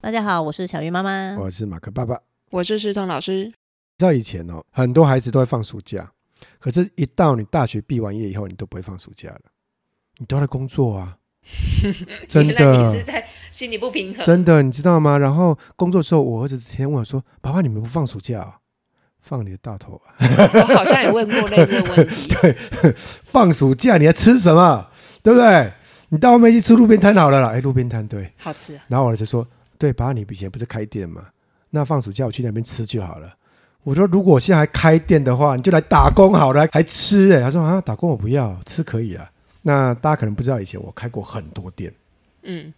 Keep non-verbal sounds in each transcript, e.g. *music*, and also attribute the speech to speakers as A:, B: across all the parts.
A: 大家好，我是小鱼妈
B: 嗯
A: 妈。
C: 我是马克爸爸。
B: 我是石彤老师。
C: 在以前哦，很多孩子都会放暑假，可是，一到你大学毕完业以后，你都不会放暑假了，你都在工作
B: *laughs*
C: 啊，真
B: 原来你
C: 的，
B: 是在心里不平衡。
C: 真的，你知道吗？然后工作的时候，我儿子天天问我说：“爸爸，你们不放暑假、啊？放你的大头啊！
B: 我好像也问过类似的问题。
C: *laughs* 放暑假你还吃什么？对不对？你到外面去吃路边摊好了啦。哎，路边摊对。
B: 好吃啊，
C: 然后我儿子说：“对，爸，你以前不是开店吗？那放暑假我去那边吃就好了。”我说：“如果我现在还开店的话，你就来打工好了，还还吃、欸。”他说：“啊，打工我不要，吃可以啊。”那大家可能不知道，以前我开过很多店，
B: 嗯，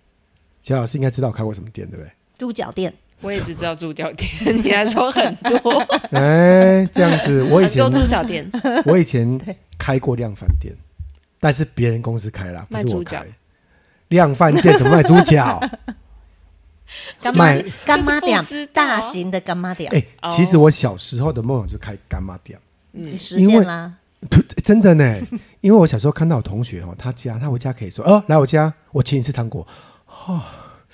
C: 小老师应该知道我开过什么店，对不对？
A: 猪脚店，
B: 我也只知道猪脚店，你还说很多， *laughs*
C: 哎，这样子， *laughs* 我以
B: 很多
C: 前
B: 猪
C: *laughs*
B: 脚店，
C: 我以
B: *laughs*
C: 前开过量贩店，但是别人公司开啦，不
B: 卖
C: 是我
B: 猪脚
C: 开。量贩店怎么卖猪
B: *laughs*
C: 脚？
A: 干妈
C: 卖
A: 干妈
B: 就是
A: 店
B: 不知，道
A: 大型的干妈店，
C: 哎、
B: 哦
C: 其实我小时候的梦想就是开干妈店。
A: 你
B: 嗯，
A: 实现啦。
C: 真的呢，因为我小时候看到我同学哦，他家他回家可以说，哦，来我家，我请你吃糖果，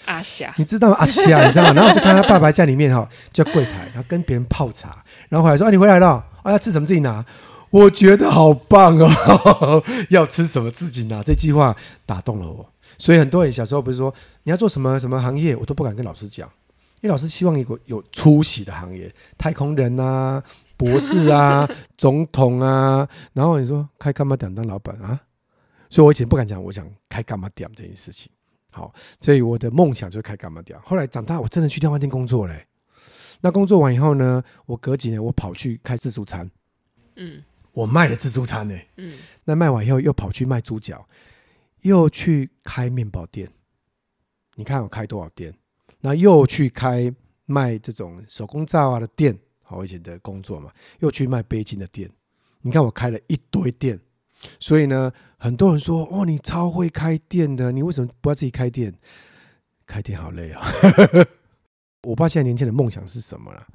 B: 阿霞，
C: 你知道吗？啊，是啊，你知道吗？然后我就看他爸爸在里面哈，就在柜台，然后跟别人泡茶，然后回来说，啊，你回来了，啊，要吃什么自己拿，我觉得好棒哦， *laughs* 要吃什么自己拿，这句话打动了我。所以很多人小时候不是说你要做什么什么行业，我都不敢跟老师讲，因为老师希望一个有出息的行业，太空人啊，博士啊，总统啊，然后你说开干嘛店当老板啊？所以我以前不敢讲我想开干嘛店这件事情。好，所以我的梦想就是开干嘛店。后来长大，我真的去量贩店工作嘞、那工作完以后呢，我隔几年我跑去开自助餐，
B: 嗯
C: 我卖了自助餐呢、
B: 嗯，
C: 那卖完以后又跑去卖猪脚，又去开面包店。你看我开多少店？然后又去开卖这种手工皂啊的店，好我以前的工作嘛，又去卖杯巾的店。你看我开了一堆店，所以呢，很多人说：“哦，你超会开店的，你为什么不要自己开店？开店好累啊、 *laughs* 我不知道现在年轻人的梦想是什么了。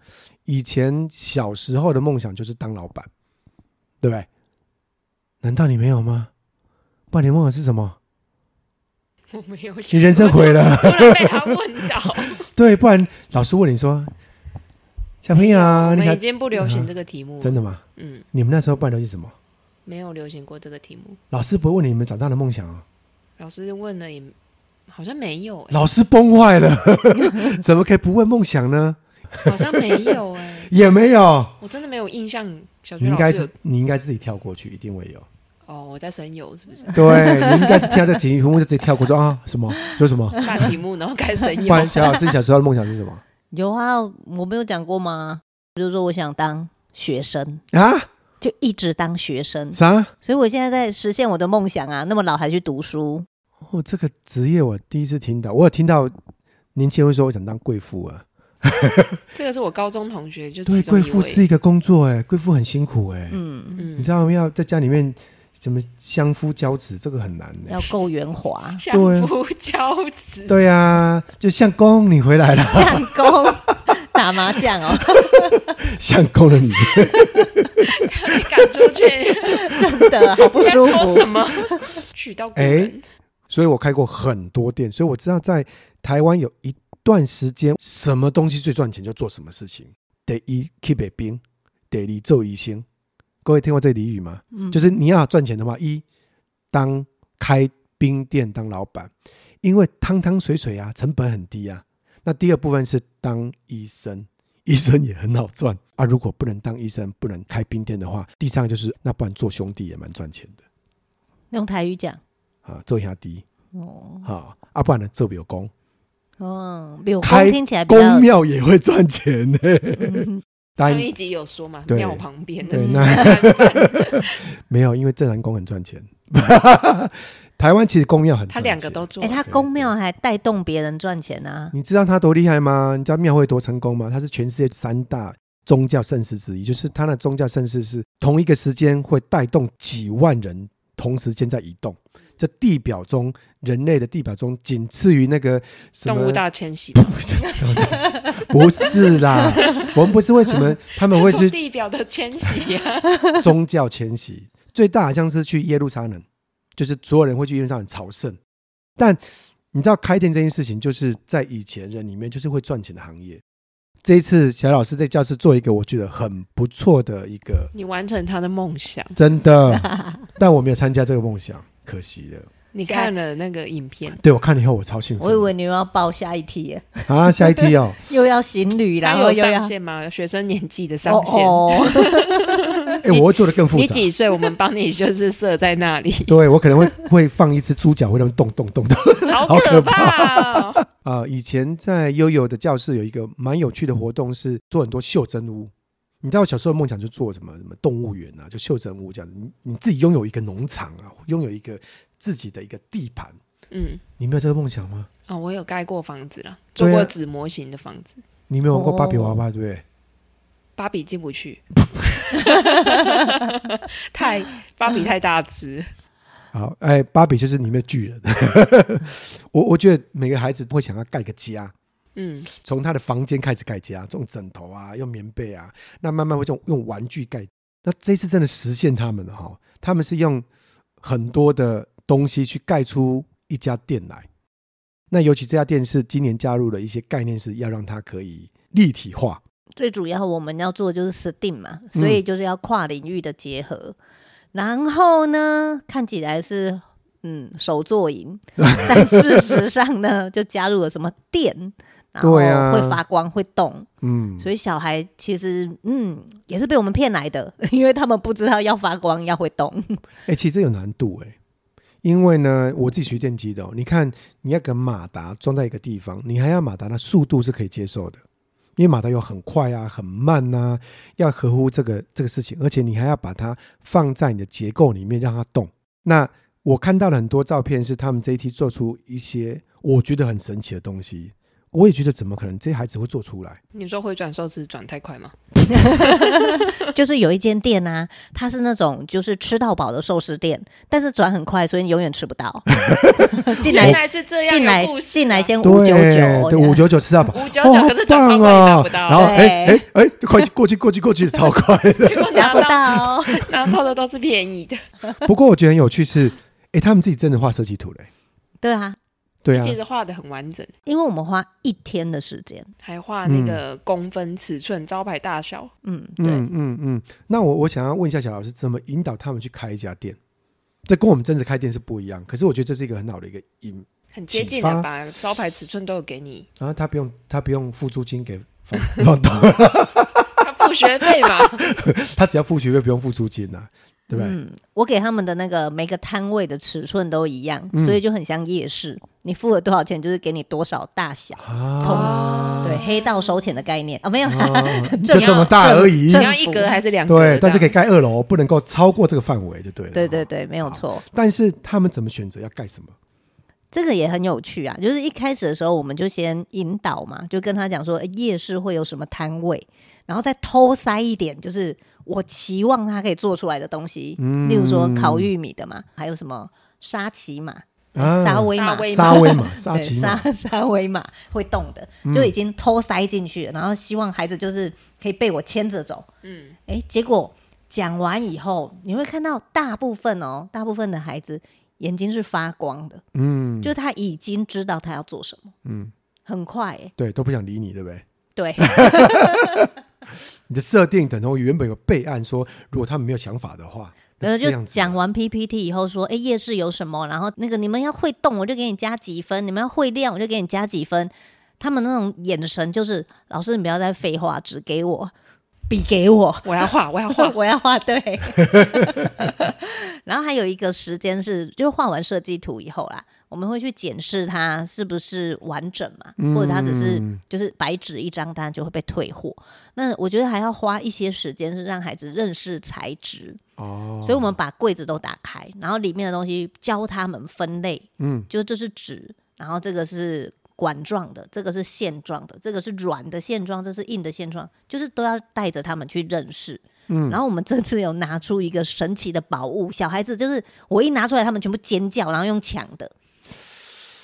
C: 以前小时候的梦想就是当老板，对不对？难道你没有吗？不然你的梦想是什么？
B: 我没有想过，
C: 你人生啊毁了。
B: 突然被他问到，
C: *laughs* 对，不然老师问你说：“小朋友啊，
B: 哎我
C: 你
B: 们已
C: 想
B: 经不流行这个题目
C: *laughs*
B: 了，
C: 真的吗？
B: 嗯，
C: 你们那时候不然流行什么？
B: 没有流行过这个题目，
C: 老师不会问你们长大的梦想哦。
B: 老师问了也好像没有、欸，
C: 老师崩坏 *laughs* 了，怎么可以不问梦想呢？
B: 好像没有哎、
C: 也没有，
B: 我真的没有印象，小
C: 你
B: 学
C: 应
B: 老
C: 该
B: 师有
C: 是你应该自己跳过去，一定会有。
B: 哦，我在神游是不是？
C: *laughs* 对，你应该是跳这题目就直接跳过说啊什么就什么。
B: 大题目然后改神
C: *laughs* 不
B: 游，
C: 然小老师小时候的梦想是什么
A: 有啊，我没有讲过吗？就是说我想当学生，
C: 啊？
A: 就一直当学生，
C: 啥？
A: 所以我现在在实现我的梦想啊。那么老还去读书，
C: 哦，这个职业我第一次听到，我有听到年轻人会说我想当贵妇啊。
B: 这个是我高中同学，就
C: 对，
B: 其中
C: 贵
B: 一
C: 妇
B: 位，
C: 是一个工作哎、贵妇很辛苦哎、
A: 嗯，
C: 你
B: 嗯，
C: 知道吗？要在家里面怎么相夫教子，这个很难的、
A: 要够圆
B: *laughs*，
A: 滑
B: 相夫教子，
C: 对呀、就相公你回来
B: *laughs*
C: 了，
A: 相公 *laughs* 打麻将哦， *laughs*
C: 相公的你，
B: 被赶出去，
A: 真的好不
B: 在
A: 舒
B: 说
A: 服
B: 什。么？娶到古人，
C: 所以我开过很多店，所以我知道在台湾有一段时间，什么东西最赚钱就做什么事情，得一 keep it 兵，得离做一星。各位听过这俚语吗？
A: 嗯
C: 就是你要赚钱的话，一当开冰店当老板，因为汤汤水水啊，成本很低啊。那第二部分是当医生， *laughs* 医生也很好赚啊。如果不能当医生，不能开冰店的话，第三个就是那不然做兄弟也蛮赚钱的
A: 用台语讲
C: 啊，做兄弟
A: 哦，
C: 啊，啊不然呢做表公，
A: 嗯，柳
C: 开
A: 工听起来比较
C: 公庙也会赚
B: *laughs*
C: 钱呢、
A: 嗯
C: 当
B: 上
C: 然
B: 一集有说嘛，
C: 哎对
B: 庙旁边的
C: 对
B: 吃
C: 那
B: 饭饭，
C: 没有，因为正南宫很赚钱。 *laughs* 台湾其实公庙很
B: 他
C: 赚钱，
B: 两个都做
A: 哎、，他
C: 对
A: 公庙还带动别人赚钱啊，
C: 你知道他多厉害吗？你知道庙会多成功吗？他是全世界三大宗教盛事之一，就是他的宗教盛事是同一个时间会带动几万人同时间在移动。这地表中，人类的地表中，仅次于那个什么
B: 动物大迁徙，
C: *laughs* 不是啦，我们不是为什么他们
B: *laughs*
C: 会
B: 从
C: 去
B: 地表的迁徙啊，
C: *laughs* 宗教迁徙，最大好像是去耶路撒冷，就是所有人会去耶路撒冷朝圣。但你知道开店这件事情，就是在以前人里面就是会赚钱的行业。这一次，小老师在教室做一个我觉得很不错的一
B: *laughs*
C: 个，
B: 你完成他的梦想。
C: 真的，但我没有参加这个梦想，可惜了。
B: 你看了那个影片，
C: 对我看了以后，我超兴奋。
A: 我以为你又要报下一题耶，
C: 啊，下一题哦，
A: 又要行旅，
B: 他
A: 然后
B: 有
A: 又要
B: 上限吗？学生年纪的上
A: 哦
B: 限。 *laughs*
A: 哦，
C: 哎、我会做的更复
B: 你
C: 杂。
B: 几岁？我们帮你就是设在那里，
C: 对我可能会会放一只猪脚，会让它们动动动动。
B: 好
C: 好可
B: 可怕、哦！
C: 啊，以前在悠悠的教室有一个蛮有趣的活动，是做很多袖珍屋。你知道我小时候的梦想就做什么什么动物园啊，就袖珍屋这样子。你你自己拥有一个农场啊，拥有一个自己的一个地盘，
B: 嗯，
C: 你没有这个梦想吗？
B: 啊、我有盖过房子了，做
C: 对
B: 过
C: 啊
B: 纸模型的房子，
C: 你没有玩过芭比娃
A: 哦
C: 娃，对不对？
B: 芭比进不 *laughs* 去， *laughs* 太芭比太大只，
C: 好，哎，芭比就是里面的巨人。 *laughs* 我我觉得每个孩子都会想要盖个家，
B: 嗯，
C: 从他的房间开始盖家，这种枕头啊，用棉被啊，那慢慢会用用玩具盖。那这次真的实现他们了哈、他们是用很多的东西去盖出一家店来。那尤其这家店是今年加入了一些概念，是要让它可以立体化。
A: 最主要我们要做的就是 STEAM 嘛，所以就是要跨领域的结合。然后呢，看起来是嗯手作
B: *laughs*
A: 营，但事实上呢，就加入了什么电，然后
C: 对啊
A: 会发光、会动，
C: 嗯，
A: 所以小孩其实嗯也是被我们骗来的，因为他们不知道要发光、要会动。
C: 哎、其实有难度哎、因为呢，我自己学电机的、哦，你看你要给马达装在一个地方，你还要马达的速度是可以接受的，因为马达有很快啊、很慢呐、要合乎这个这个事情，而且你还要把它放在你的结构里面让它动。那我看到了很多照片，是他们这一批做出一些我觉得很神奇的东西，我也觉得怎么可能这些孩子会做出来？
B: 你说回转寿司转太快吗？
A: 就是有一间店啊，它是那种就是吃到饱的寿司店，但是转很快，所以你永远吃不到。 *laughs* 进
B: 原
A: 来
B: 来是这样
A: 进来
B: 有故事啊
A: 进来先五九
C: 对，对，
A: 九，
C: 五九九吃到饱。
B: 五九
C: 哦，
B: 九，
C: 好
B: 可是转
C: 棒
B: 超快拿
C: 哦！
B: 不
C: 然后
B: 到，
C: 哎哎哎，快去过去过去过去，超快！
B: 结果
A: 拿
B: 拿 *laughs*
A: 不
B: 到
A: 到。
B: 拿到的都是便宜的，
C: 不过我觉得很有趣是，哎，他们自己真的画设计图嘞、
A: 对啊，
C: 对啊，
B: 其实画的很完整，
A: 因为我们花一天的时间，
B: 还画那个公分、尺寸、招牌大小。
A: 嗯，对，
C: 嗯嗯嗯。那我我想要问一下小老师，怎么引导他们去开一家店？这跟我们真实开店是不一样，可是我觉得这是一个很好的一个引，
B: 很接近
C: 启发
B: 的，把招牌尺寸都有给你，
C: 然后他不用他不用付租金给
A: *laughs*
C: 房 *laughs* 房东，
B: 他付学费嘛， *laughs*
C: 他只要付学费不用付租金呐、对不对？
A: 嗯，我给他们的那个每个摊位的尺寸都一样，
C: 嗯
A: 所以就很像夜市，你付了多少钱，就是给你多少大小。 *laughs*
B: 哦
C: 啊，
A: 对，黑道收钱的概念啊，没有啦，
C: 啊
A: 这
C: 就这么大而已
A: 这。政
B: 你
A: 这
B: 要一格还是两格？
C: 对，但是可以
B: 给
C: 盖二楼，不能够超过这个范围就对了。
A: *laughs* 对对对，没有错。
C: 但是他们怎么选择要盖什么？
A: 这个也很有趣啊，就是一开始的时候，我们就先引导嘛，就跟他讲说、诶夜市会有什么摊位，然后再偷塞一点，就是我期望他可以做出来的东西，例如说烤玉米的嘛，还有什么沙琪玛、
C: 啊
A: 沙威玛
B: 沙、威
C: 沙威玛、沙
A: 对
C: 琪玛，
A: 沙沙威玛会动的，就已经偷塞进去了，然后希望孩子就是可以被我牵着走。嗯，哎，结果讲完以后，你会看到大部分哦，大部分的孩子眼睛是发光的，
C: 嗯，
A: 就他已经知道他要做什么。嗯，很快、欸，
C: 对，都不想理你，对不对？
A: 对
C: 你的设定等同于原本有备案说，如果他们没有想法的话，
A: 然
C: 那
A: 后
C: 是这
A: 就
C: 样子
A: 讲完 PPT 以后说，哎、夜市有什么？然后那个你们要会动，我就给你加几分；你们要会亮，我就给你加几分。他们那种眼神就是，老师你不要再废话，只给我，笔给
C: *laughs*
A: 我。，
B: 我要画，我要画 *laughs*
A: 我要画对。然后还有一个时间是，就画完设计图以后啦，我们会去检视它是不是完整嘛，或者它只是
C: 嗯
A: 就是白纸一张，当然就会被退货。那我觉得还要花一些时间是让孩子认识材质，
C: 哦，
A: 所以我们把柜子都打开，然后里面的东西教他们分类，
C: 嗯，
A: 就这是纸，然后这个是管状的，这个是线状的，这个是软的线状，这是硬的线状，就是都要带着他们去认识。嗯，然后我们这次有拿出一个神奇的宝物，小孩子就是我一拿出来，他们全部尖叫，然后用抢的，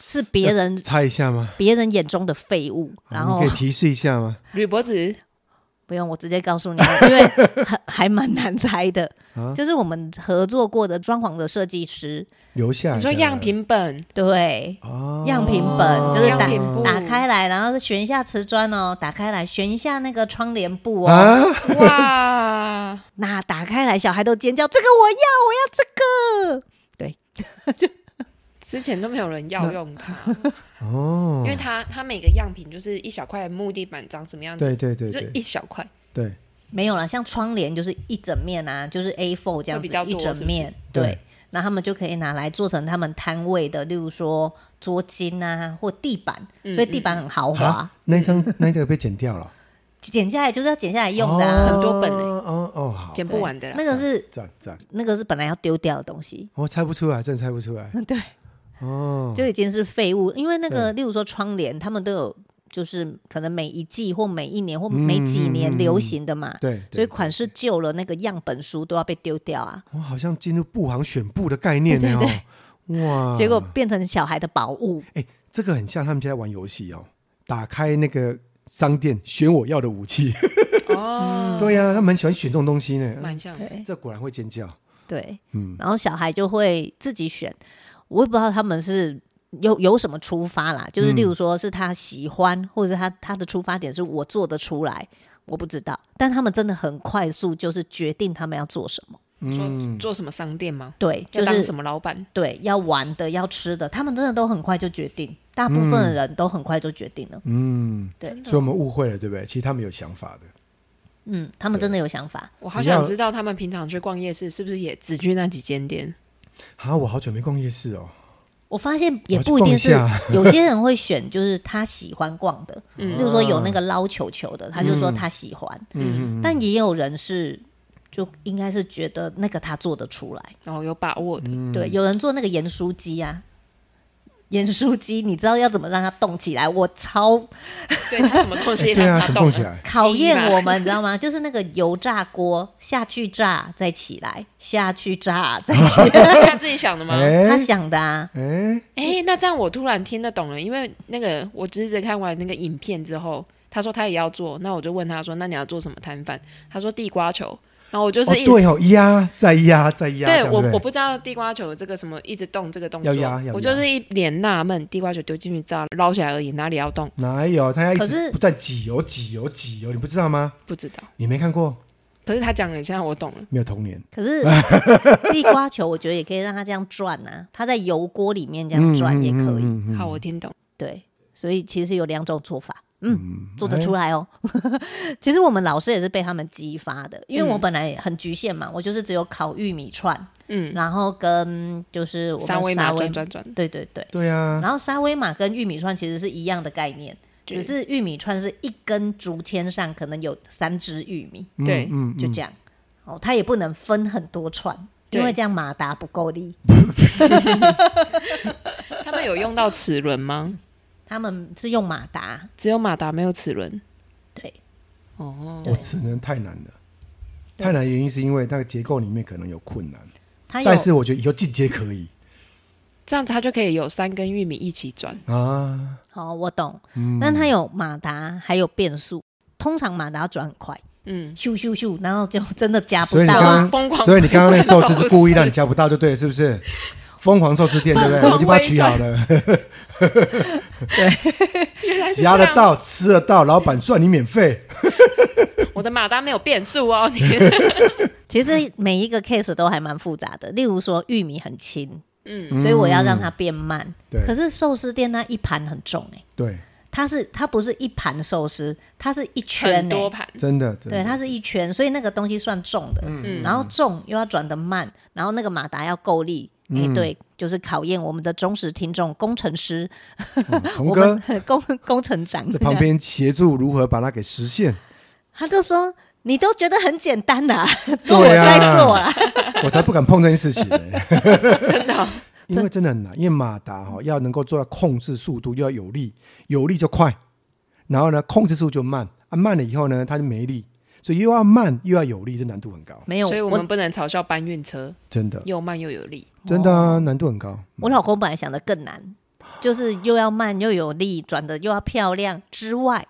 A: 是别人
C: *laughs* 猜一下吗？
A: 别人眼中的废物，然
C: 啊你
A: 后
C: 可以提示一下吗？
B: 铝箔纸，
A: *laughs* 不用，我直接告诉你啊 *laughs* 们，因为还还蛮难猜的。
C: 啊
A: 就是我们合作过的装潢的设计师，
C: 留下来
B: 你说
C: 的
B: 样品本，
A: 对，
C: 哦
A: 样品本就是
B: 样
A: 打
B: 品布
A: 打开来，然后选一下瓷砖哦，打开来选一下那个窗帘布哦，
C: 啊，
B: *laughs* 哇，
A: 那打开来，小孩都尖叫，这个我要，我要这个。
B: 之前都没有人要用它，
C: 哦，
B: 因为它它每个样品就是一小块木地板长什么样子，
C: 对对对
B: 就
C: 对
B: 一小块，
C: 对
A: 没有啦，像窗帘就是一整面啊，就是 A4 这样子
B: 会比较多
A: 一整面，
C: 对
A: 对。那他们就可以拿来做成他们摊位的，例如说桌巾啊或地板，
B: 嗯
A: 所以地板很豪华，
C: 啊，那一张那一个被剪掉了，
A: 剪下来就是要剪下来用的、啊。
B: 很多本欸
C: 哦哦好，
B: 剪
A: 对
B: 不完的啦
A: 那。个是
C: 赞赞，
A: 那个是本来要丢掉的东西，
C: 我猜不出来，真的猜不出来
A: *laughs* 对，
C: 哦，
A: 就已经是废物。因为那个，例如说窗帘，他们都有就是可能每一季或每一年或每几年流行的嘛，
C: 对，对
A: 所以款式旧了，那个样本书都要被丢掉啊。
C: 我好像进入布行选布的概念呢
A: 对对
C: 哦，哇，
A: 结果变成小孩的宝物，
C: 这个很像他们现在玩游戏哦，打开那个商店选我要的武器，
B: 哦，
C: 对嗯呀，他们很喜欢选这种东西呢，
B: 蛮像的。
A: 对
C: 这果然会尖叫，
A: 对，
C: 嗯，
A: 然后小孩就会自己选，我也不知道他们是有有什么出发啦，就是
C: 嗯
A: 例如说是他喜欢，或者是他他的出发点是我做得出来，我不知道，但他们真的很快速，就是决定他们要做什么，
C: 嗯
B: 做做什么商店吗？
A: 对，
B: 要
A: 就
B: 当什
A: 是
B: 么老板？
A: 对要玩的要吃的，他们真的都很快就决定，大部分的人都很快就决定了，
C: 嗯，
A: 对
B: 真的
C: 所以我们误会了，对不对？其实他们有想法的，
A: 嗯，他们真的有想法，
B: 我好
C: 只要
B: 想知道他们平常去逛夜市是不是也只去那几间店？
C: 啊，我好久没逛夜市哦，
A: 我发现
C: 我
A: 也
C: 要去
A: 不一
C: 逛
A: 定
C: 一
A: 是
C: 下
A: 有些人会选，就是他喜欢逛的，
B: 嗯
A: 例如说有那个捞球球的，他就说他喜欢，
C: 嗯，
A: 但也有人是就应该是觉得那个他做得出来，
B: 然后有把握的，
C: 嗯
A: 对，有人做那个盐酥鸡啊。盐酥鸡，你知道要怎么让它动起来？我超
B: 对他什么东西
C: 哎对啊， *laughs*
B: 让
C: 什么
B: 他
C: 动
B: 动
C: 起
B: 了？
C: 来？
A: 考验
B: 嘛
A: 我们，你知道吗？ *laughs* 就是那个油炸锅下去炸，再起来，下去炸，再起来。
B: 是他自己想的吗？
A: 他
C: 哎
A: 想的啊，
C: 哎，
B: 哎，那这样我突然听得懂了，因为那个我侄子看完那个影片之后，他说他也要做，那我就问他说，那你要做什么摊贩？他说地瓜球，然后我就是
C: 哦
B: 一直。
C: 对哦，压再压再压，这
B: 对
C: 样
B: 我
C: 对不
B: 我
C: 对
B: 不知道地瓜球这个什么一直动这个动作，
C: 要压要
B: 我
C: 压
B: 就是一脸纳闷，地瓜球丢进去炸捞起来而已，哪里要动？
C: 哪有？他要一
A: 可
C: 直
A: 是
C: 不断挤油挤油挤哦油，你不知道吗？
B: 不知道。
C: 你没看过？
B: 可是他讲了，现在我懂了。
C: 没有童年。
A: 可
C: *laughs*
A: 是地瓜球，我觉得也可以让它这样转啊，它在油锅里面这样转也可以。
C: 嗯
B: 好，我听懂。
A: 对，所以其实有两种做法，嗯，做得出来哦。 *laughs* 其实我们老师也是被他们激发的，因为我本来很局限嘛，我就是只有烤玉米串，
B: 嗯，
A: 然后跟就是我们
B: 三维
A: 沙
B: 码转转转，
A: 对对对。
C: 对啊，
A: 然后沙威玛跟玉米串其实是一样的概念，只是玉米串是一根竹签上可能有三只玉米，
C: 嗯
B: 对
C: 嗯，嗯
A: 就这样。哦，它也不能分很多串，
B: 对
A: 因为这样马达不够力。
B: 他们有用到齿轮吗？
A: 他们是用马达，
B: 只有马达没有齿轮。
A: 对，
B: 哦，
A: 对
C: 我只能太难了。太难的原因是因为那个结构里面可能有困难，
A: 它有
C: 但是我觉得以后进阶可以
B: 这样它就可以有三根玉米一起转。
C: 啊。
A: 好，哦我懂。
C: 嗯
A: 但它有马达，还有变速。通常马达转很快，
B: 嗯，
A: 咻咻咻，然后就真的夹
C: 所以
A: 不
C: 你
A: 到
C: 刚
A: 啊。
C: 刚
B: 疯狂
C: 所以你刚刚那寿司是故意让你夹不到就对了，是
A: *laughs*
C: 不是？疯狂寿司店对不对？
B: 疯狂
C: 我已经把它取好了，
B: 原来是
C: 夹
B: 这
C: 得
B: 样。
C: 到，吃得到，老板算你免费。
B: 我的马达没有变速哦。
C: *laughs*
B: 你
A: 其实每一个 case 都还蛮复杂的。例如说玉米很轻，
B: 嗯
A: 所以我要让它变慢。
C: 对
A: 可是寿司店它一盘很重哎、
C: 对，
A: 它是它不是一盘寿司，它是一圈
B: 很
A: 哎、
B: 多盘，
C: 真的，真
A: 对，
C: 的。
A: 它是一圈，所以那个东西算重的。
B: 嗯
A: 然后重又要转得慢，然后那个马达要够力。哎、对，就是考验我们的忠实听众工程师，
C: 嗯从
A: 我
C: 哥
A: 们工工程长
C: 在旁边协助如何把它给实现，
A: 他就说：“你都觉得很简单啦、都我
C: 对啊
A: 在做啦。
C: 我才不敢碰这件
A: *laughs*
C: 事情呢。
B: 真的哦、
C: *laughs* 因为真的很难，因为马达哈、要能够做到控制速度，又要有力，有力就快，然后呢控制速度就慢，啊慢了以后呢它就没力，所以又要慢又要有力，这难度很高，
A: 没有，
B: 所以我
A: 我
B: 们不能嘲笑搬运车，
C: 真的
B: 又慢又有力。
C: 真的、啊、难度很高。
A: 哦我老公本来想的更难，就是又要慢又有力，转的又要漂亮之外，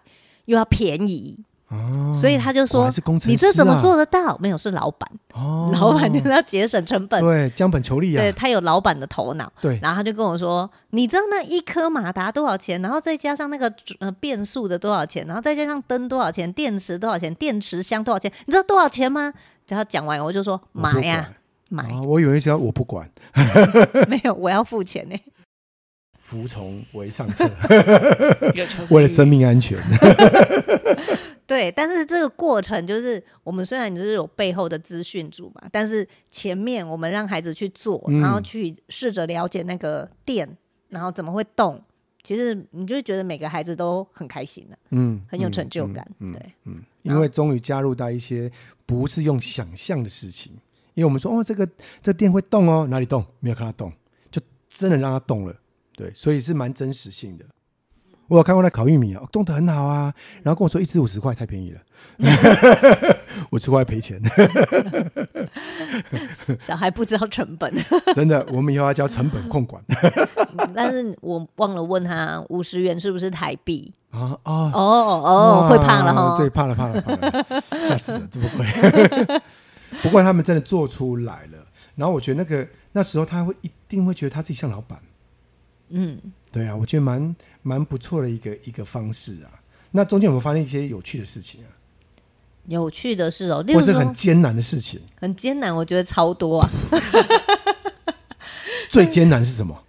A: 又要便宜。
C: 哦，
A: 所以他就
C: 果
A: 说
C: 然是工程师、啊，
A: 你这怎么做？得到？没有，是老板，
C: 哦，
A: 老板就是要节省成本，
C: 对将本求利啊，
A: 对他有老板的头脑。
C: 对
A: 然后他就跟我说：“你知道那一颗马达多少钱？然后再加上那个呃变速的多少钱？然后再加上灯多少钱？电池多少钱？电池箱多少钱？你知道多少钱吗？”然后讲完我就说：“
C: 我
A: 买
C: 不
A: 呀、买、
C: 管，哦我以为是要我不管，
A: *laughs* 没有，我要付钱呢、
C: 服从为上
A: *laughs*
C: 策，
B: 有求生
C: *laughs*
B: 欲
C: 为了生命安全。
A: 对，但是这个过程就是我们虽然就是有背后的资讯组嘛，但是前面我们让孩子去做，
C: 嗯
A: 然后去试着了解那个电，然后怎么会动，其实你就会觉得每个孩子都很开心的、
C: 嗯，
A: 很有
C: 嗯
A: 成就感。
C: 嗯嗯
A: 对，
C: 嗯，
A: 然
C: 因
A: 后
C: 为终于加入到一些不是用想象的事情，因为我们说哦，这个这电会动哦，哪里动？没有看它动，就真的让它动了，对，所以是蛮真实性的。我有看过那烤玉米啊、哦，动得很好啊，然后跟我说一只五十块太便宜了，五十块赔钱， *laughs*
A: 小孩不知道成本， *laughs*
C: 真的，我们以后要教成本控管 *laughs*
A: 但是我忘了问他五十元是不是台币？
C: 啊啊
A: 哦哦，
C: 哇
A: 会胖了哈。
C: 对，怕了，怕了，怕了，吓死了，这么贵。 *laughs* 不过他们真的做出来了，然后我觉得那个那时候他会一定会觉得他自己像老板，
A: 嗯，
C: 对啊，我觉得蛮蛮不错的一个一个方式啊。那中间有没有发现一些有趣的事情啊，
A: 有趣的是哦，例
C: 或
A: 如
C: 是
A: 说
C: 很艰难的事情？
A: 很艰难，我觉得超多啊。
C: 最艰难是什么？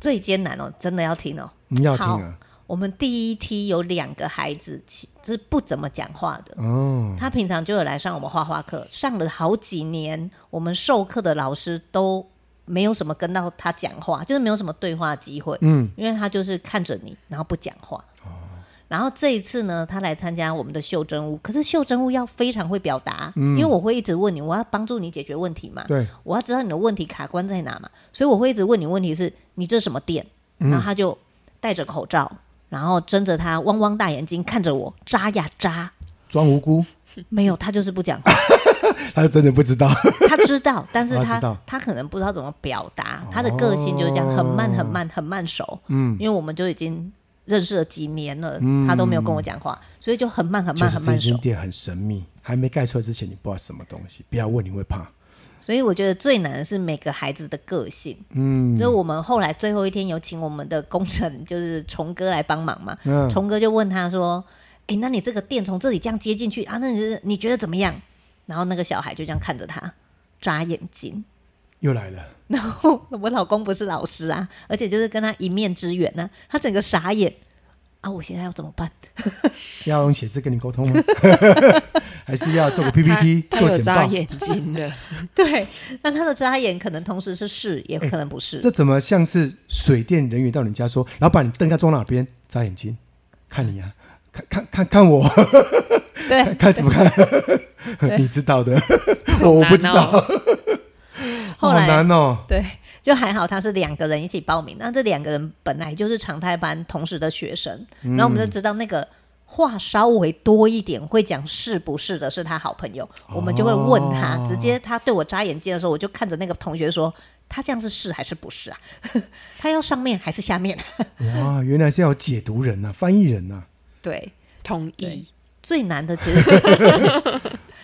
A: 最艰难哦，真的要听哦。
C: 你要听啊，
A: 我们第一梯有两个孩子，其就是不怎么讲话的。
C: 哦，
A: 他平常就有来上我们画画课，上了好几年，我们授课的老师都没有什么跟到他讲话，就是没有什么对话机会，
C: 嗯，哦
A: 因为他就是看着你，然后不讲话。然后这一次呢，他来参加我们的袖珍屋，可是袖珍屋要非常会表达，
C: 嗯
A: 因为我会一直问你，我要帮助你解决问题嘛，
C: 对，
A: 我要知道你的问题卡关在哪嘛，所以我会一直问你问题是你这什么店，
C: 嗯
A: 然后他就戴着口罩，然后睁着他汪汪大眼睛看着我，眨呀眨，
C: 装无辜，
A: 没有，他就是不讲
C: *laughs*
A: 话，
C: 他真的不知道，
A: 他知道，但是
C: 他
A: 他
C: 知道
A: 他可能不知道怎么表达，他的个性就是这样，很慢很慢很慢熟，
C: 嗯，
A: 因为我们就已经认识了几年了，他都没有跟我讲话，所以就很慢很
C: 就
A: 慢
C: 是
A: 很
C: 这
A: 慢
C: 间
A: 熟，
C: 店很神秘，还没盖出来之前，你不知道什么东西，不要问，你会怕，
A: 所以我觉得最难的是每个孩子的个性，
C: 嗯
A: 所以我们后来最后一天有请我们的工程就是虫哥来帮忙嘛，
C: 嗯，
A: 虫哥就问他说：“哎、那你这个电从这里这样接进去啊，那你觉得你觉得怎么样？”然后那个小孩就这样看着他，眨眼睛。 *laughs*
C: 又来了。
A: 我老公不是老师啊，而且就是跟他一面之缘呢、他整个傻眼啊！我现在要怎么办？ *laughs*
C: 要用写字跟你沟通
B: *laughs*
C: 吗？还是要做个 PPT
B: 他他
C: 做
B: 有
C: 简
B: 眨
C: 报？
B: 眼睛了，
A: 对，那他的眨眼可能同时是是，也可能不是。
C: 哎这怎么像是水电人员到你家说：“老板，你灯要装哪边？”眨眼睛，看你
B: 嗯
C: 啊，看看看看
B: *laughs*
C: 我，
A: 对，
C: 看怎么看？ *laughs* 你知道的，我我不知
B: *laughs*
C: 道，
B: 好难哦
A: 后
C: 好
A: 来、
C: 难哦。
A: 对，就还好他是两个人一起报名，那这两个人本来就是常态班同时的学生，然后我们就知道那个。话稍微多一点，会讲是不是的，是他好朋友，我们就会问他。
C: 哦
A: 直接他对我眨眼睛的时候，我就看着那个同学说：“他这样是是还是不是啊？ *laughs* 他要上面还是下面啊？”
C: 哇，原来是要有解读人呐、啊翻译人呐、
A: 对，
B: 同
A: 对
B: 意。
A: 最难的其实
B: 好可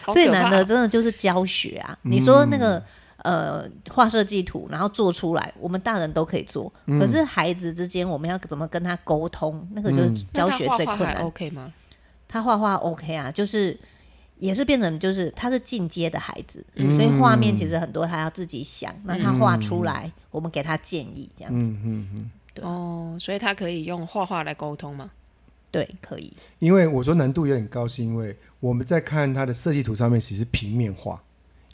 B: 怕
A: 最难的真的就是教学啊！你说那个呃画设计图，然后做出来，我们大人都可以做，可是孩子之间我们要怎么跟他沟通，那个就是教学最
B: 那他画
A: 困
B: 画还哦
A: 难。
B: OK 吗？
A: 他画画 OK 啊，就是。也是变成就是他是进阶的孩子，所以画面其实很多他要自己想，那他画出来，我们给他建议这样子，
C: 嗯嗯嗯，
A: 对
B: 哦，所以他可以用画画来沟通吗？
A: 对，可以，
C: 因为我说难度有点高，是因为我们在看它的设计图上面，其实是平面画，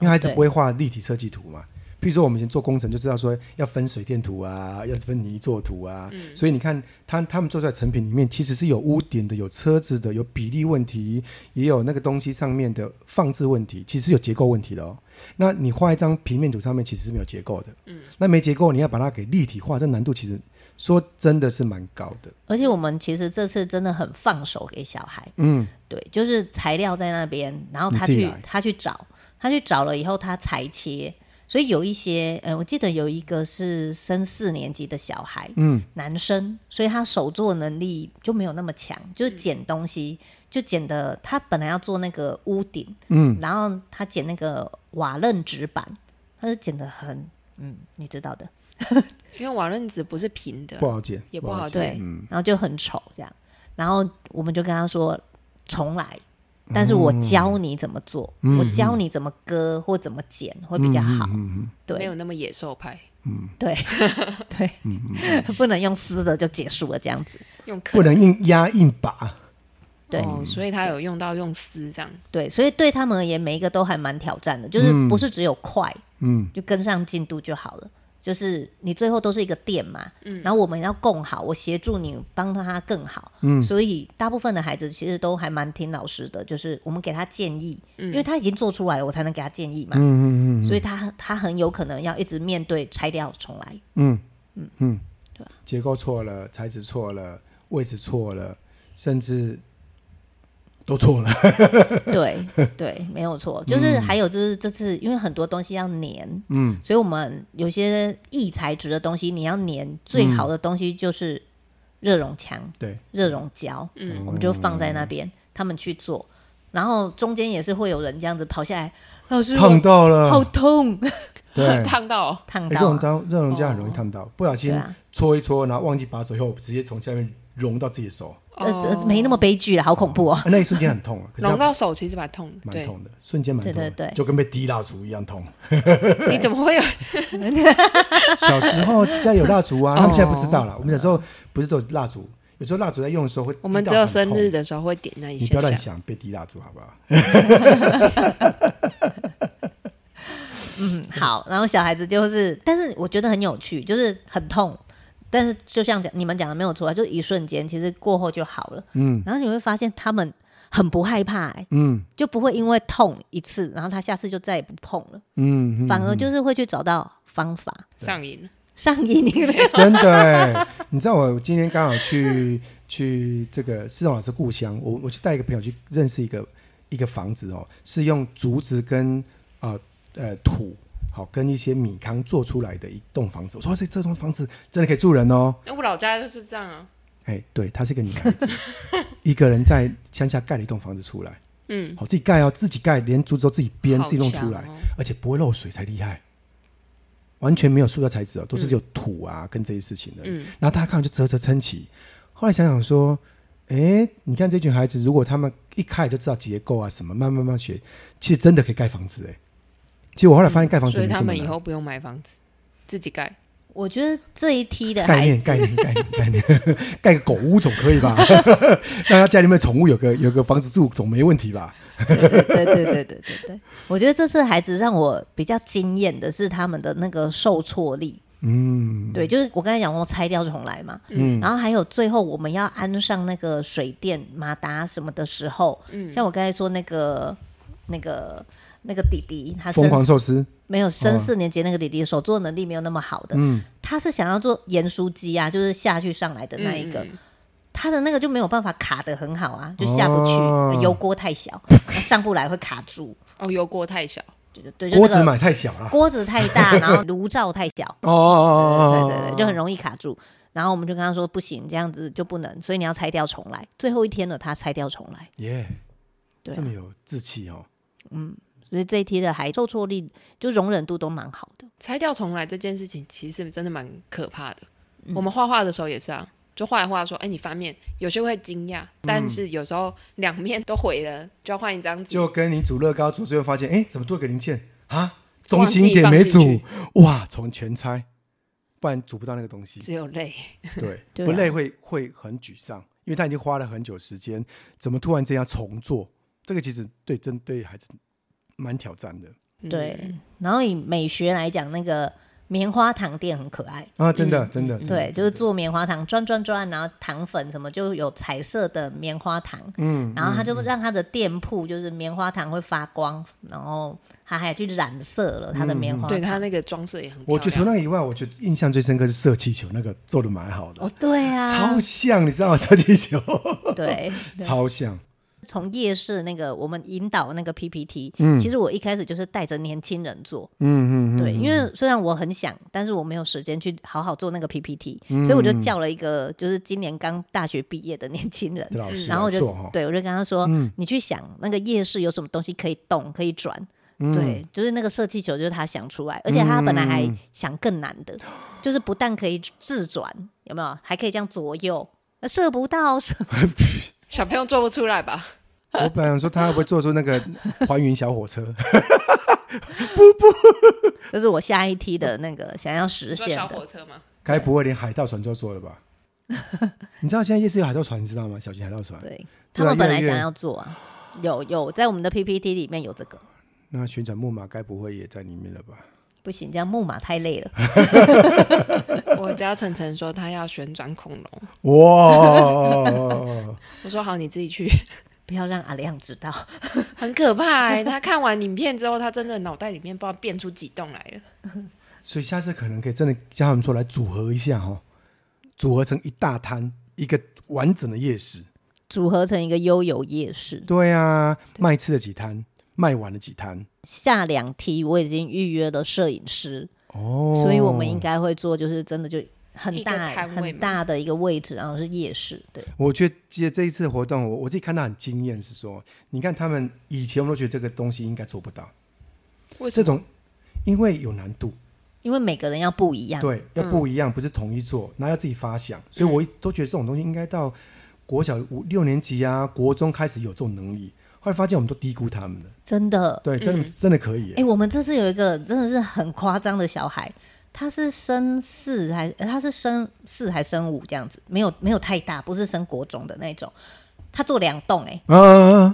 C: 因为孩子
A: 对
C: 不会画立体设计图嘛。
B: 嗯
C: 譬如说，我们以前做工程就知道说要分水电图啊，要分泥做图啊，
B: 嗯
C: 所以你看他他们做出来的成品里面，其实是有污点的，有车子的，有比例问题，也有那个东西上面的放置问题，其实是有结构问题的哦。那你画一张平面图上面其实是没有结构的，嗯，那没结构你要把它给立体化，这难度其实说真的是蛮高的，
A: 而且我们其实这次真的很放手给小孩，
C: 嗯，
A: 对，就是材料在那边，然后
C: 你
A: 他
C: 自己
A: 去
C: 来
A: 他去找，他去找了以后他裁切，所以有一些，呃，我记得有一个是升四年级的小孩，
C: 嗯，
A: 男生，所以他手做能力就没有那么强，就是捡东西就剪的，他本来要做那个屋顶，
C: 嗯，
A: 然后他剪那个瓦楞纸板，他就剪的很，嗯，你知道的，
B: 因为瓦楞纸不是平的
C: 不，好剪，
B: 也不好
C: 剪。
A: 对
B: 剪，
C: 嗯，
A: 然后就很丑这样。然后我们就跟他说重来，但是我教你怎么做，
C: 嗯
A: 我教你怎么割或怎么剪会比较好。
C: 嗯
B: 没有
A: 对
B: 那么野兽派，
A: 对对，
C: 嗯
A: *laughs* 不能用撕的就结束了这样子。
B: 用啃
C: 不嗯能硬压硬拔，
A: 对
B: 哦，所以他有用到用丝这样。
A: 对，所以对他们而言，每一个都还蛮挑战的，就是
C: 嗯
A: 不是只有快，
C: 嗯
A: 就跟上进度就好了。就是你最后都是一个店嘛，然后我们要共好，我协助你帮他更好，
C: 嗯
A: 所以大部分的孩子其实都还蛮听老师的，就是我们给他建议，
B: 嗯
A: 因为他已经做出来了，我才能给他建议嘛，
C: 嗯嗯嗯
A: 所以他他很有可能要一直面对拆掉重来，
C: 嗯嗯嗯，结构错了，材质错了，位置错了，甚至都错
B: *laughs*
C: 了。
A: *laughs* 对对，没有错，就是还有就是这次因为很多东西要粘，
C: 嗯，
A: 所以我们有些易材质的东西你要粘，最好的东西就是热熔枪。
C: 对，
A: 热熔胶，
B: 嗯
A: 我们就放在那边，他们去做，然后中间也是会有人这样子跑下来，老师
C: 烫到
A: 我 *laughs* 好
C: 了，
A: 痛，
C: 对，哎
B: 烫到哦
A: 烫
C: 热
A: 到、
C: 熔
A: 啊，
C: 胶热熔胶很容易烫到，不小
A: 对
C: 心
A: 啊，
C: 搓一搓，然后忘记拔手以后，直接从下面融到自己的手，
A: 呃呃，没那么悲剧了，好恐怖哦，
C: 啊 *laughs* 那一瞬间很痛啊，可是
B: 融
C: 它
B: 哦到手，其实蛮痛的。
C: 蛮
B: 对，
C: 痛的，瞬间蛮痛的，
A: 对对对
C: 就跟被滴蜡烛一样痛。
B: *laughs* 你
C: *laughs*
B: 怎么会有？
C: 小时候家里有蜡烛
B: *laughs*
C: 啊，他们现在不知道了。
A: 哦
C: 我们小时候不是都有蜡烛，有时候蜡烛在用的时候会，
B: 我们只有生日，的时候会点那一
C: 你
B: 些
C: 不要乱
B: 下。
C: 想被滴蜡烛，好不好？ *laughs*
A: 嗯，好，然后小孩子就是，但是我觉得很有趣，就是很痛。但是就像讲你们讲的没有错啊，就一瞬间，其实过后就好了。
C: 嗯
A: 然后你会发现他们很不害怕、欸，
C: 嗯
A: 就不会因为痛一次，然后他下次就再也不碰了，
C: 嗯，嗯
A: 反而就是会去找到方法。
B: 上瘾，
A: 上瘾，你
C: *laughs*
A: 们
B: *laughs*
C: 真的欸，你知道我今天刚好去 *laughs* 去这个施老师故乡，我我去带一个朋友去认识一个一个房子哦，是用竹子跟啊呃土。好，跟一些米糠做出来的一栋房子，我说哇这这栋房子真的可以住人哦。
B: 那我老家就是这样啊。
C: 哎，对，她是一个女孩
B: *laughs*
C: 子，一个人在乡下盖了一栋房子出来。
B: 嗯，
C: 好，自己盖哦，自己盖，连竹子都自己编，
B: 好
C: 自己弄出来
B: 强，哦
C: 而且不会漏水才厉害。完全没有塑料材质哦，都
A: 嗯
C: 是只有土啊、跟这些事情的。
B: 嗯
C: 然后大家看完就啧啧称奇。后来想想说，哎，你看这群孩子，如果他们一开始就知道结构啊什么，慢慢慢慢学，其实真的可以盖房子哎。其实我后来发现盖房
A: 嗯
C: 子
B: 所
C: 没
B: 以
C: 这
B: 他
C: 么
B: 们以
C: 难。
B: 后不用买房子，自己盖。
A: 我觉得这一批的
C: *laughs* 概
A: 孩
C: 念
A: 子，
C: 概念概念概念， *laughs* 盖个狗屋总可以吧？ *laughs* 让他家里面的宠物有个有个房子住总没问题吧？
A: 对对对对对对对，我觉得这次孩子让我比较惊艳的是他们的那个受挫力。
C: 嗯
A: 对，就是我刚才讲过拆掉重来嘛，
C: 嗯
A: 然后还有最后我们要安上那个水电马达什么的时候，
B: 嗯
A: 像我刚才说那个那个那个弟弟，他
C: 疯
A: 升
C: 狂寿司，
A: 没有升
C: 哦
A: 四年级那个弟弟手做能力没有那么好的，
C: 嗯，
A: 他是想要做盐酥鸡啊，就是下去上来的那一个，
B: 嗯嗯
A: 他的那个就没有办法卡得很好啊，就下不去，
C: 哦
A: 油锅太小，上不来会卡住。
B: 哦，油锅太小，
A: 对对，就
C: 锅子
A: 那个
C: 买太小了。
A: 锅子太
C: *laughs*
A: 大，然后炉灶太小，
C: 哦哦
A: 对
C: 哦
A: 对对，就很容易卡住。然后我们就跟他说不行，这样子就不能，所以你要拆掉重来。最后一天了，他拆掉重来，
C: 耶，
A: 对啊、
C: 这么有志气哦。
A: 所以这一题的还受挫力就容忍度都蛮好的。
B: 拆掉重来这件事情，其实真的蛮可怕的。我们画画的时候也是啊，就画一画说，哎，你翻面，有些会惊讶，
C: 嗯
B: 但是有时候两面都毁了，就要换一张纸。
C: 就跟你煮乐高煮，最后发现，哎，怎么多个零件啊？中
B: 忘记
C: 心点没
B: 放进
C: 煮，哇，从全拆，不然煮不到那个东西。
B: 只有累，
C: 对，
A: *laughs* 对啊
C: 不累会会很沮丧，因为他已经花了很久时间，怎么突然间要重做？这个其实对针对孩子蛮挑战的
B: 嗯
A: 对，然后以美学来讲，那个棉花糖店很可爱。
C: 啊，真
A: 嗯
C: 的真的。真的
A: 对，就是做棉花糖，转转转，然后糖粉什么就有彩色的棉花糖，
C: 嗯，
A: 然后他就让他的店铺就是棉花糖会发光，然后他还去染色了他的棉花糖。
B: 嗯对他那个装饰也很漂
C: 我就除
B: 亮。
C: 那个以外，我觉得印象最深刻是射气球那个做的蛮好的，
A: 哦，对啊，
C: *laughs* 超像，你知道吗？射气球
A: 对，对
C: 超像。
A: 从夜市那个我们引导那个 PPT，、
C: 嗯
A: 其实我一开始就是带着年轻人做，
C: 嗯嗯，嗯
A: 对，
C: 嗯
A: 因为虽然我很想，但是我没有时间去好好做那个 PPT，、
C: 嗯
A: 所以我就叫了一个就是今年刚大学毕业的年轻人，
C: 老师
A: 然后我
C: 来
A: 就
C: 啊做哈，
A: 对我就跟他说，
C: 嗯
A: 你去想那个夜市有什么东西可以动可以转，
C: 嗯
A: 对，就是那个射气球就是他想出来，而且他本来还
C: 嗯
A: 想更难的，就是不但可以自转，有没有，还可以这样左右。呃射不到，射
B: 小朋友做不出来吧？
C: 我本来想说他会不会做出那个还原小火车，
A: 这是我下一梯的那个想要实
B: 你说
A: 现
B: 小
A: 的。
B: 火车吗？
C: 该不会连海盗船都要做了吧？ *laughs* 你知道现在夜市有海盗船，你知道吗？小型海盗船，
A: 对
C: 对
A: 他
C: 啊
A: 们本来
C: 越来越
A: 想要做啊，有有在我们的 PPT 里面有这个，
C: 那旋转木马该不会也在里面了吧？
A: 不行，这样木马太累了。
B: *laughs*
A: *laughs*
B: 我家晨晨说他要旋转恐龙，
C: 哇， *laughs*
B: 我说好，你自己去。 *laughs*
A: 不要让阿亮知道，
B: 很可怕、欸。他看完影片之后，他真的脑袋里面不知道变出几栋来了。
C: 所以下次可能可以真的叫他们说来组合一下哦，组合成一大摊一个完整的夜市。
A: 组合成一个悠游夜市。
C: 对啊，卖吃的几摊，卖完的几摊。
A: 下两梯我已经预约了摄影师，
C: 哦，
A: 所以我们应该会做，就是真的就很
B: 一
A: 大
B: 个摊位
A: 很
B: 嘛
A: 大的一个位置，然后是夜市。对，
C: 我觉得接这一次活动，我我自己看到很惊艳，是说，你看他们以前我们都觉得这个东西应该做不到，
B: 为
C: 这种因为有难度，
A: 因为每个人要不一样。
C: 对，要不一样，不是统一做，
A: 嗯
C: 那要自己发想，所以我一都觉得这种东西应该到国小五六年级啊，国中开始有这种能力，后来发现我们都低估他们了，
A: 真的。
C: 对，真的、
B: 嗯
C: 真的可以耶、
A: 哎、我们这次有一个真的是很夸张的小孩，他是升四还呃他是升四还升五这样子，没有没有太大，不是升国中的那种。他做两栋，哎，
C: 啊，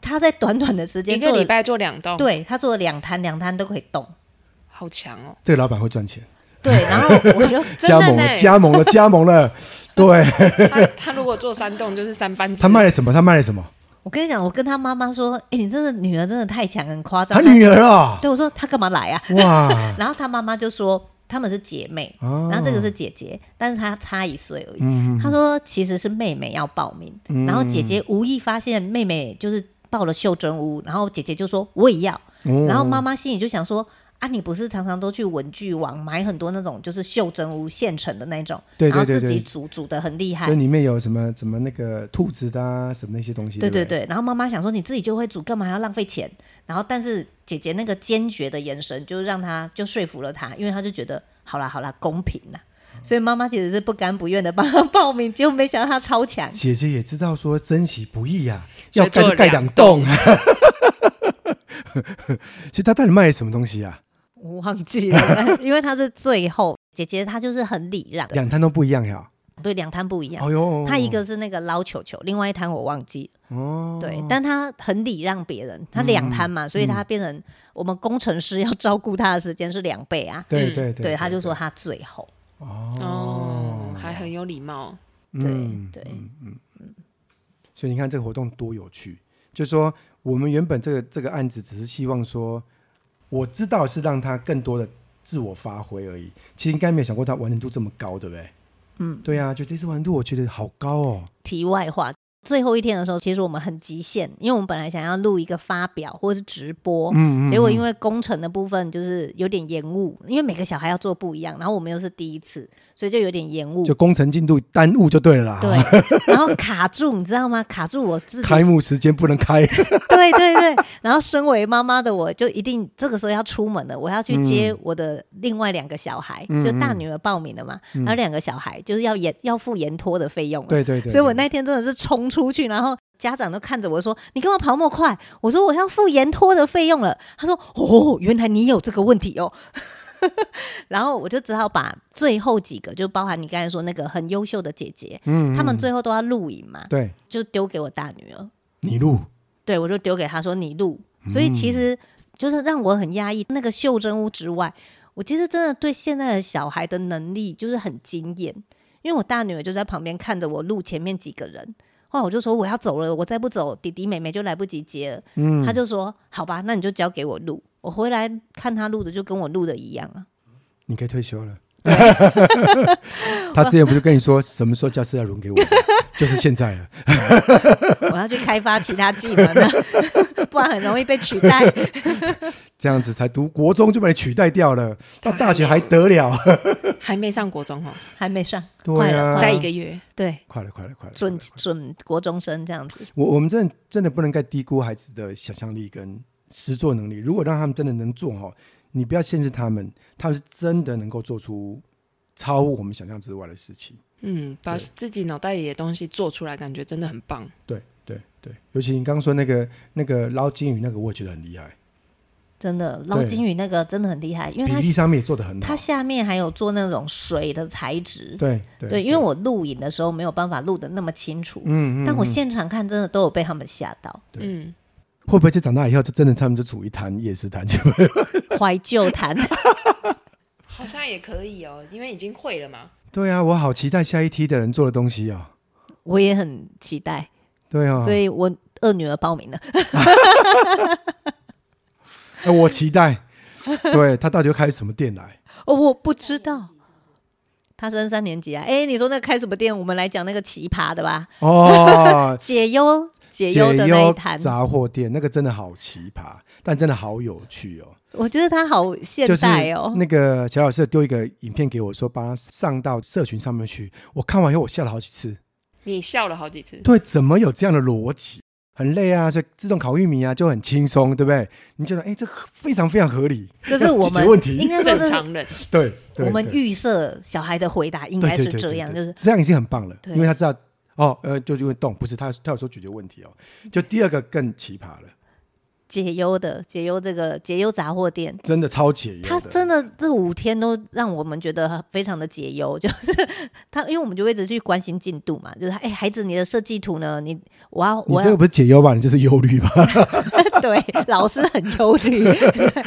A: 他在短短的时间
B: 一个
A: 做
B: 礼
A: 了，
B: 拜做两
C: 哦
B: 栋，，
A: 对他做了两摊，两摊都可以动。
B: 好强哦、
C: 这个老板会赚钱，
A: 对，然后我
C: *laughs*
A: 就
B: 真
C: 加
B: 的
C: 盟
B: 呢
C: 了，
A: *laughs*
C: 加盟了，加盟了，对
B: 他他如果做三栋就是三班制，哦
C: 他卖了什么？他卖了什么？
A: 我跟你讲，我跟他妈妈说，哎、你真的女儿真的太强，很夸张。
C: 他女
A: *laughs*
C: 儿啊，
A: 对我说她干嘛来啊？
C: 哇
A: 然后他妈妈就说她们是姐妹，*laughs*
C: 哦
A: 然后这个是姐姐，但是她差一岁而已。
C: 嗯
A: 她说其实是妹妹要报名，然后姐姐无意发现妹妹就是报了袖珍屋，然后姐姐就说我也要，
C: 哦
A: 然后妈妈心里就想说。啊，你不是常常都去文具网买很多那种就是袖珍屋现成的那种，
C: 对
A: 然后
C: 对对
A: 自己
C: 对
A: 煮煮的很厉害
C: 所以，里面有什么什么那个兔子的啊，什么那些东西。
A: 对对
C: 对不对，
A: 对，然后妈妈想说你自己就会煮，干嘛还要浪费钱？然后但是姐姐那个坚决的眼神，就让她就说服了她，因为她就觉得好啦好啦，公平啦。所以妈妈其实是不甘不愿的帮她报名，结果没想到她超强。
C: 姐姐也知道说珍惜不易啊，
B: 所
C: 要
B: 以
C: 盖就
B: 做
C: 盖
B: 两
C: 两栋。 *laughs* 其实他到底卖了什么东西啊？
A: *laughs* 我忘记了， *laughs* 因为她是最后姐姐，她就是很礼 *laughs* 让，
C: 两摊都不一样呀。
A: 对两摊不一样。
C: 哎呦，
A: 她一个是那个捞球球，另外一摊我忘记。
C: 哦，
A: 对，但她很礼让别人，她两摊嘛，所以她变成我们工程师要照顾她的时间是两倍啊。
C: 对
B: 嗯
C: 对
A: 对，她就说她最后。
B: 哦，还很有礼貌。哦
A: 对
C: 嗯
A: 对
C: 嗯嗯嗯所以你看这个活动多有趣，就是说我们原本这个这个案子只是希望说，我知道是让他更多的自我发挥而已，其实应该没有想过他完成度这么高，对不对？嗯，对啊，就这次完成度我觉得好高哦，
A: 题外话，最后一天的时候，其实我们很极限，因为我们本来想要录一个发表或是直播。
C: 嗯嗯，
A: 结果因为工程的部分就是有点延误，因为每个小孩要做不一样，然后我们又是第一次，所以就有点延误。
C: 就工程进度耽误就对了啦， *laughs*
A: 对，然后卡住，你知道吗？卡住我自己。
C: 开幕时间不
A: *laughs*
C: 能开，
A: 对对对。然后身为妈妈的我，就一定这个时候要出门了，我要去接
C: 嗯
A: 我的另外两个小孩，就大女儿报名了嘛，
C: 嗯
A: 然后两个小孩就是要延要付延托的费用了。
C: 对对对，
A: 所以我
C: 对
A: 那天真的是冲出去，然后家长都看着我说：“你干嘛跑那么快？”我说：“我要付延托的费用了。”他说：“ *laughs* 哦，原来你有这个问题哦。” *laughs* 然后我就只好把最后几个，就包含你刚才说那个很优秀的姐姐，
C: 嗯，
A: 他们
C: 嗯
A: 最后都要录影嘛，
C: 对
A: 就丢给我大女儿。
C: 你录，
A: 对，我就丢给她说：“你录。”所以其实就是让我很压抑。那个袖珍屋之外，我其实真的对现在的小孩的能力就是很惊艳，因为我大女儿就在旁边看着我录前面几个人。后来我就说我要走了，我再不走，弟弟妹妹就来不及接了。
C: 嗯，
A: 她就说：“好吧，那你就交给我录。”我回来看她录的，就跟我录的一样啊。*laughs* *laughs*
C: 你可以退休了。他之前不是跟你说什么时候教室要轮给我吗？就是现在了。
A: 我要去开发其他技能了， *laughs* 不然很容易被取代。
C: 这样子才读国中就把你取代掉了，到大学还得了？
B: 还没上
C: *laughs*
B: 国中哦，
A: *laughs* 还没上， *laughs* 快
C: 对
A: 了，
C: 啊，
A: 快
B: 再
A: 了
B: 一个月，
A: 对，
C: 快了，快了，快了！
A: 准准国中生这样子，
C: 我我们真的真的不能该低估孩子的想象力跟实作能力。如果让他们真的能做哈，你不要限制他们，他们是真的能够做出超乎我们想象之外的事情。
B: 嗯，把
C: 对
B: 自己脑袋里的东西做出来，感觉真的很棒。
C: 对对对，尤其你刚刚说那个那个捞金鱼那个，我也觉得很厉害，
A: 真的捞
C: 对
A: 金鱼那个真的很厉害，因为
C: 比
A: 它
C: 例上面也做得很好
A: 它。下面还有做那种水的材质，
C: 对对
A: 对，因为我录影的时候没有办法录的那么清楚，
C: 嗯嗯，
A: 但我
C: 嗯
A: 现场看真的都有被他们吓到， *laughs*
C: 对
B: 嗯，
C: 会不会就长大以后，就真的他们就煮一摊夜市摊，就 *laughs*
A: 怀旧谈
B: 好像也可以哦，因为已经会了嘛。
C: 对啊，我好期待下一梯的人做的东西啊、
A: 我也很期待，
C: 对啊，
A: 所以我二女儿报名了，
C: 哎我期
A: *laughs*
C: 待，对他到底会开什么店来？
A: 哦，我不知道。她升三年级啊！哎，你说那开什么店？我们来讲那个奇葩的吧，，
C: 哦
A: 解忧 *laughs* 解
C: 解
A: 忧的那一
C: 忧
A: 摊，
C: 杂货店那个真的好奇葩，但真的好有趣哦。
A: 我觉得他好现
C: 就是
A: 代哦。
C: 那个乔老师丢一个影片给我说，帮他上到社群上面去，我看完以后我笑了好几次。
B: 你笑了好几次，
C: 对，怎么有这样的逻辑？很累啊，所以自动烤玉米啊就很轻松，对不对？你觉得哎，这非常非常合理，
A: 这是我
C: 解决
A: 们
C: 问题
A: 应该说
B: 正
A: 这是
B: 常人
C: 对，对
A: 我们
C: 对
A: 预设小孩的回答应
C: 对
A: 该
C: 对
A: 是
C: 对
A: 这
C: 对
A: 样，
C: 对
A: 就是
C: 这样已经很棒了，
A: 对
C: 因为他知道哦，呃，就就会动，不是他他有说解决问题哦，就第二个更奇葩了，
A: 解忧的解忧这个解忧杂货店。
C: 真的超解忧的，
A: 他真的这五天都让我们觉得非常的解忧， *laughs* 就是他，因为我们就会一直去关心进度嘛，就是哎、孩子，你的设计图呢？你我要
C: 你
A: 我
C: 这个
A: 要
C: 不是解忧吧？你这是忧虑
A: *laughs*
C: 吧？
A: 对老师很忧虑，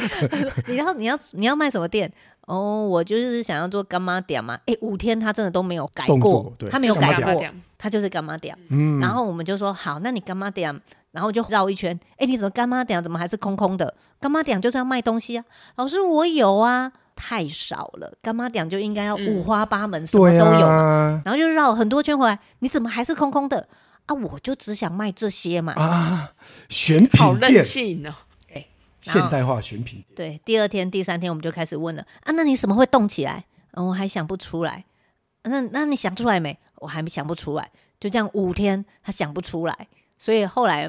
A: *laughs* 你要你要你要卖什么店？哦，我就是想要做干妈点嘛。哎、五天他真的都没有改
C: 动作
A: 过
C: 对，
A: 他没有
C: 干嘛
A: 改
C: 店
A: 过，他就是干妈点。
C: 嗯，
A: 然后我们就说好，那你干妈点？然后就绕一圈，哎，你怎么干妈点怎么还是空空的？干妈点就是要卖东西啊，老师我有啊，太少了，干妈点就应该要
B: 嗯
A: 五花八门，什么
C: 对
A: 都有。
C: 啊
A: 然后就绕很多圈回来，你怎么还是空空的啊？我就只想卖这些嘛。
C: 啊，选
B: 好
C: 品
B: 任
C: 店，
B: 性哦。
A: 然后
C: 现代化选品店，
A: 对，第二天、第三天我们就开始问了啊，那你什么会动起来？嗯，我还想不出来。啊那那你想出来没？我还没想不出来。就这样五天，他想不出来，所以后来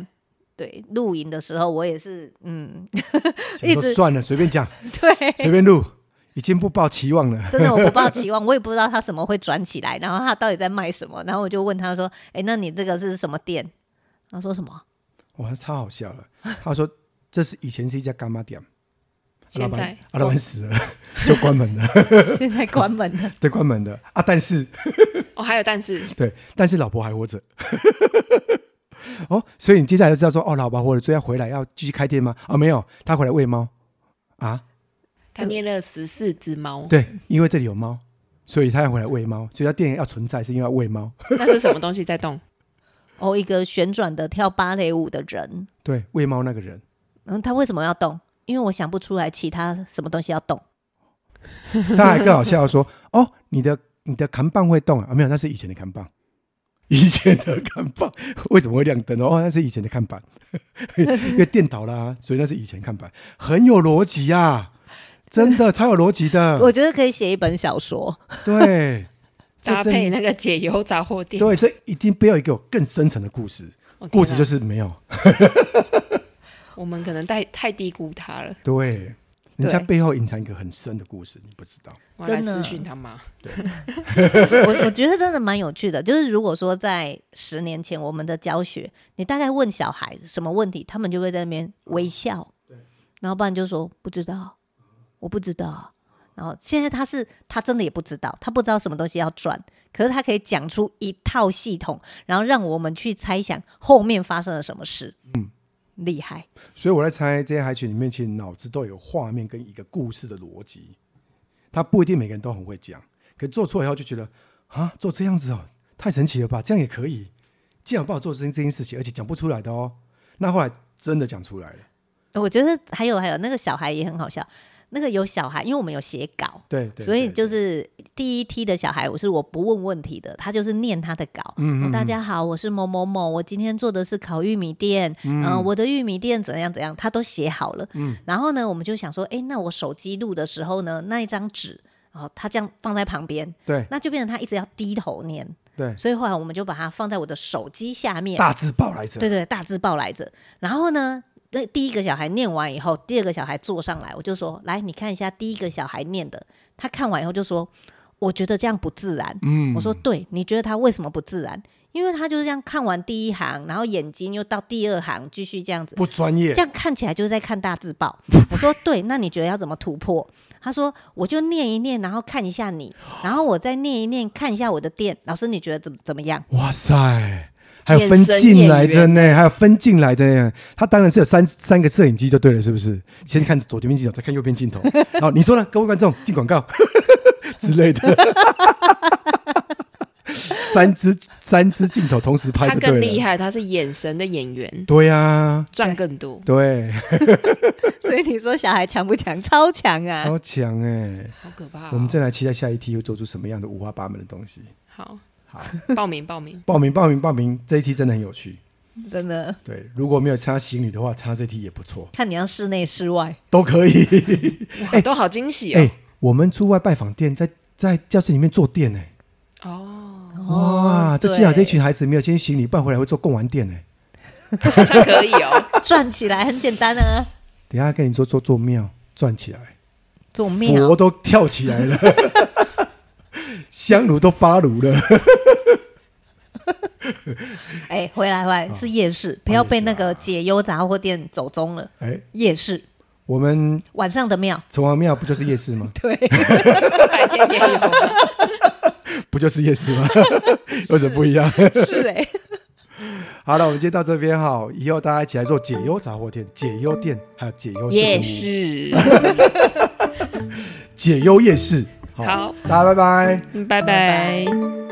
A: 对露营的时候，我也是嗯， *laughs*
C: 想
A: 一
C: 说
A: 直
C: 算了，随便讲，
A: 对，
C: 随便录，已经不抱期望了。
A: 真的我不抱期望，我也不知道他什么会转起来，然后他到底在卖什么，然后我就问他说：“哎，那你这个是什么店？”他说什么？ *laughs*
C: 哇，超好笑了。他说这是以前是一家干妈店，老
B: 现
C: 板
B: 在
C: 啊，老板死了就关门了， *laughs*
A: 现在关门了，
C: 对，关门的啊。但是
B: 哦，还有但是
C: 对，但是老婆还活着。 *laughs* 哦，所以你接下来就知道说，哦，老婆活着，所以要回来要继续开店吗？啊、没有，她回来喂猫啊。
B: 他捏了十四只猫，
C: 对，因为这里有猫，所以她要回来喂猫，所以她店要存在是因为要喂猫。 *laughs*
B: 那是什么东西在动？
A: 哦，一个旋转的跳芭蕾舞的人，
C: 对，喂猫那个人，
A: 嗯，他为什么要动？因为我想不出来其他什么东西要动。 *laughs*
C: 他还更好笑地说，哦，你的你的扛棒会动啊？啊没有，那是以前的扛棒。 *laughs* 以前的看板为什么会亮灯哦？哦，那是以前的看板， *laughs* 因为电倒啦、所以那是以前看板，很有逻辑啊，真的超有逻辑的。
A: 我觉得可以写一本小说， *laughs*
C: 对，这
B: 搭
C: 真
B: 配那个解忧杂货店，
C: 对，这一定背后一个有更深层的故事，
B: 哦
C: 故事就是是没有
B: 我们可能太太低估他了，
C: 对。人家
A: 对
C: 背后隐藏一个很深的故事，你不知道。
B: 我要来
A: 真的
B: 私讯他妈。
A: 我我觉得真的蛮有趣的。就是如果说在十年前我们的教学，你大概问小孩什么问题，他们就会在那边微笑，然后不然就说不知道，我不知道。然后现在他是他真的也不知道，他不知道什么东西要转，可是他可以讲出一套系统，然后让我们去猜想后面发生了什么事。嗯，厉害。
C: 所以我在猜，这些孩群里面，其实脑子都有画面跟一个故事的逻辑。他不一定每个人都很会讲，可做错以后就觉得啊，做这样子哦，太神奇了吧，这样也可以，竟然帮我做这件这件事情，而且讲不出来的哦。那后来真的讲出来了，
A: 我觉得还有还有那个小孩也很好笑。那个有小孩，因为我们有写稿，
C: 对对，
A: 所以
C: 对
A: 就
C: 对
A: 是第一梯的小孩，我是我不问问题的，他就是念他的稿。
C: 嗯
A: 哦
C: 嗯
A: 大家好，我是某某某，我今天做的是烤玉米店，嗯、我的玉米店怎样怎样，他都写好了。
C: 嗯
A: 然后呢，我们就想说，哎，那我手机录的时候呢，那一张纸，哦，他这样放在旁边，
C: 对
A: 那就变成他一直要低头念，
C: 对
A: 所以后来我们就把它放在我的手机下面，
C: 大字报来着，
A: 嗯对对，大字报来着。然后呢，那第一个小孩念完以后，第二个小孩坐上来，我就说：“来，你看一下第一个小孩念的。”他看完以后就说：“我觉得这样不自然。”
C: 嗯
A: 我说：“对，你觉得他为什么不自然？因为他就是这样看完第一行，然后眼睛又到第二行，继续这样子。”
C: 不专业
A: 这，样看起来就是在看大字 *laughs* 报。我说对，那你觉得要怎么突破？他说我就念一念，然后看一下你，然后我再念一念，看一下我的店。老师，你觉得怎么怎么样？
C: 哇塞，还有分镜来着呢，还有分镜来着呢。他当然是有三三个摄影机就对了，是不
B: *laughs*
C: 是？先看左边镜头，再看右边镜头。然后你说呢，各位观众进广
B: *laughs*
C: 告之类的， *laughs* 三支三支镜头同时拍
B: 他
C: 就
B: 更
C: 对
B: 厉
C: 了。
B: 害，他是眼神的演员，
C: 对啊，
B: 赚更多。
A: *laughs*
C: 对，
B: 啊
A: 所以你说小孩强不强？超强啊！
C: 超强哎！
B: 好可怕哦、
C: 我们再来期待下一题会做出什么样的五花八门的东西。
B: 好
C: 好，
B: 报名报名，
C: 报名报名报名，这一题真的很有趣。
A: 真的，
C: 对，如果没有插行旅的话，插这题也不错，
A: 看你要室内室外， *laughs*
C: 都可以。
B: 哇，都好惊喜
C: 哎、
B: 哦！
C: 我们出外拜访店，在在教室里面坐店呢、哎
B: 哦，
C: 哇，这
A: 对
C: 幸好这群孩子没有今天行李，不然回来会做贡丸店呢、哎
B: 好像可以哦。
A: 转起来很简单啊，
C: 等一下跟你说做做庙转起来，
A: 做
C: 佛
A: 庙
C: 都跳起来了，香炉都发炉了。
A: 哎，回来回来是啊夜市，不要被那个解忧杂货店走中了。
C: 哎、
A: 夜市
C: 我们
A: 晚上的庙，
C: 城隍庙不就是夜市吗？
A: 对，
B: 白天也有，
C: *laughs* 不就是夜市吗？ *laughs* 有什么不一样？
A: *laughs* 是哎，
C: 好了，我们今天到这边哈，以后大家一起来做解忧杂货店、解忧店，还有解忧社
B: 夜
C: 服
B: 市。
C: 解忧夜市。
B: 好，
C: 大家拜拜。
B: 嗯拜拜。
A: 拜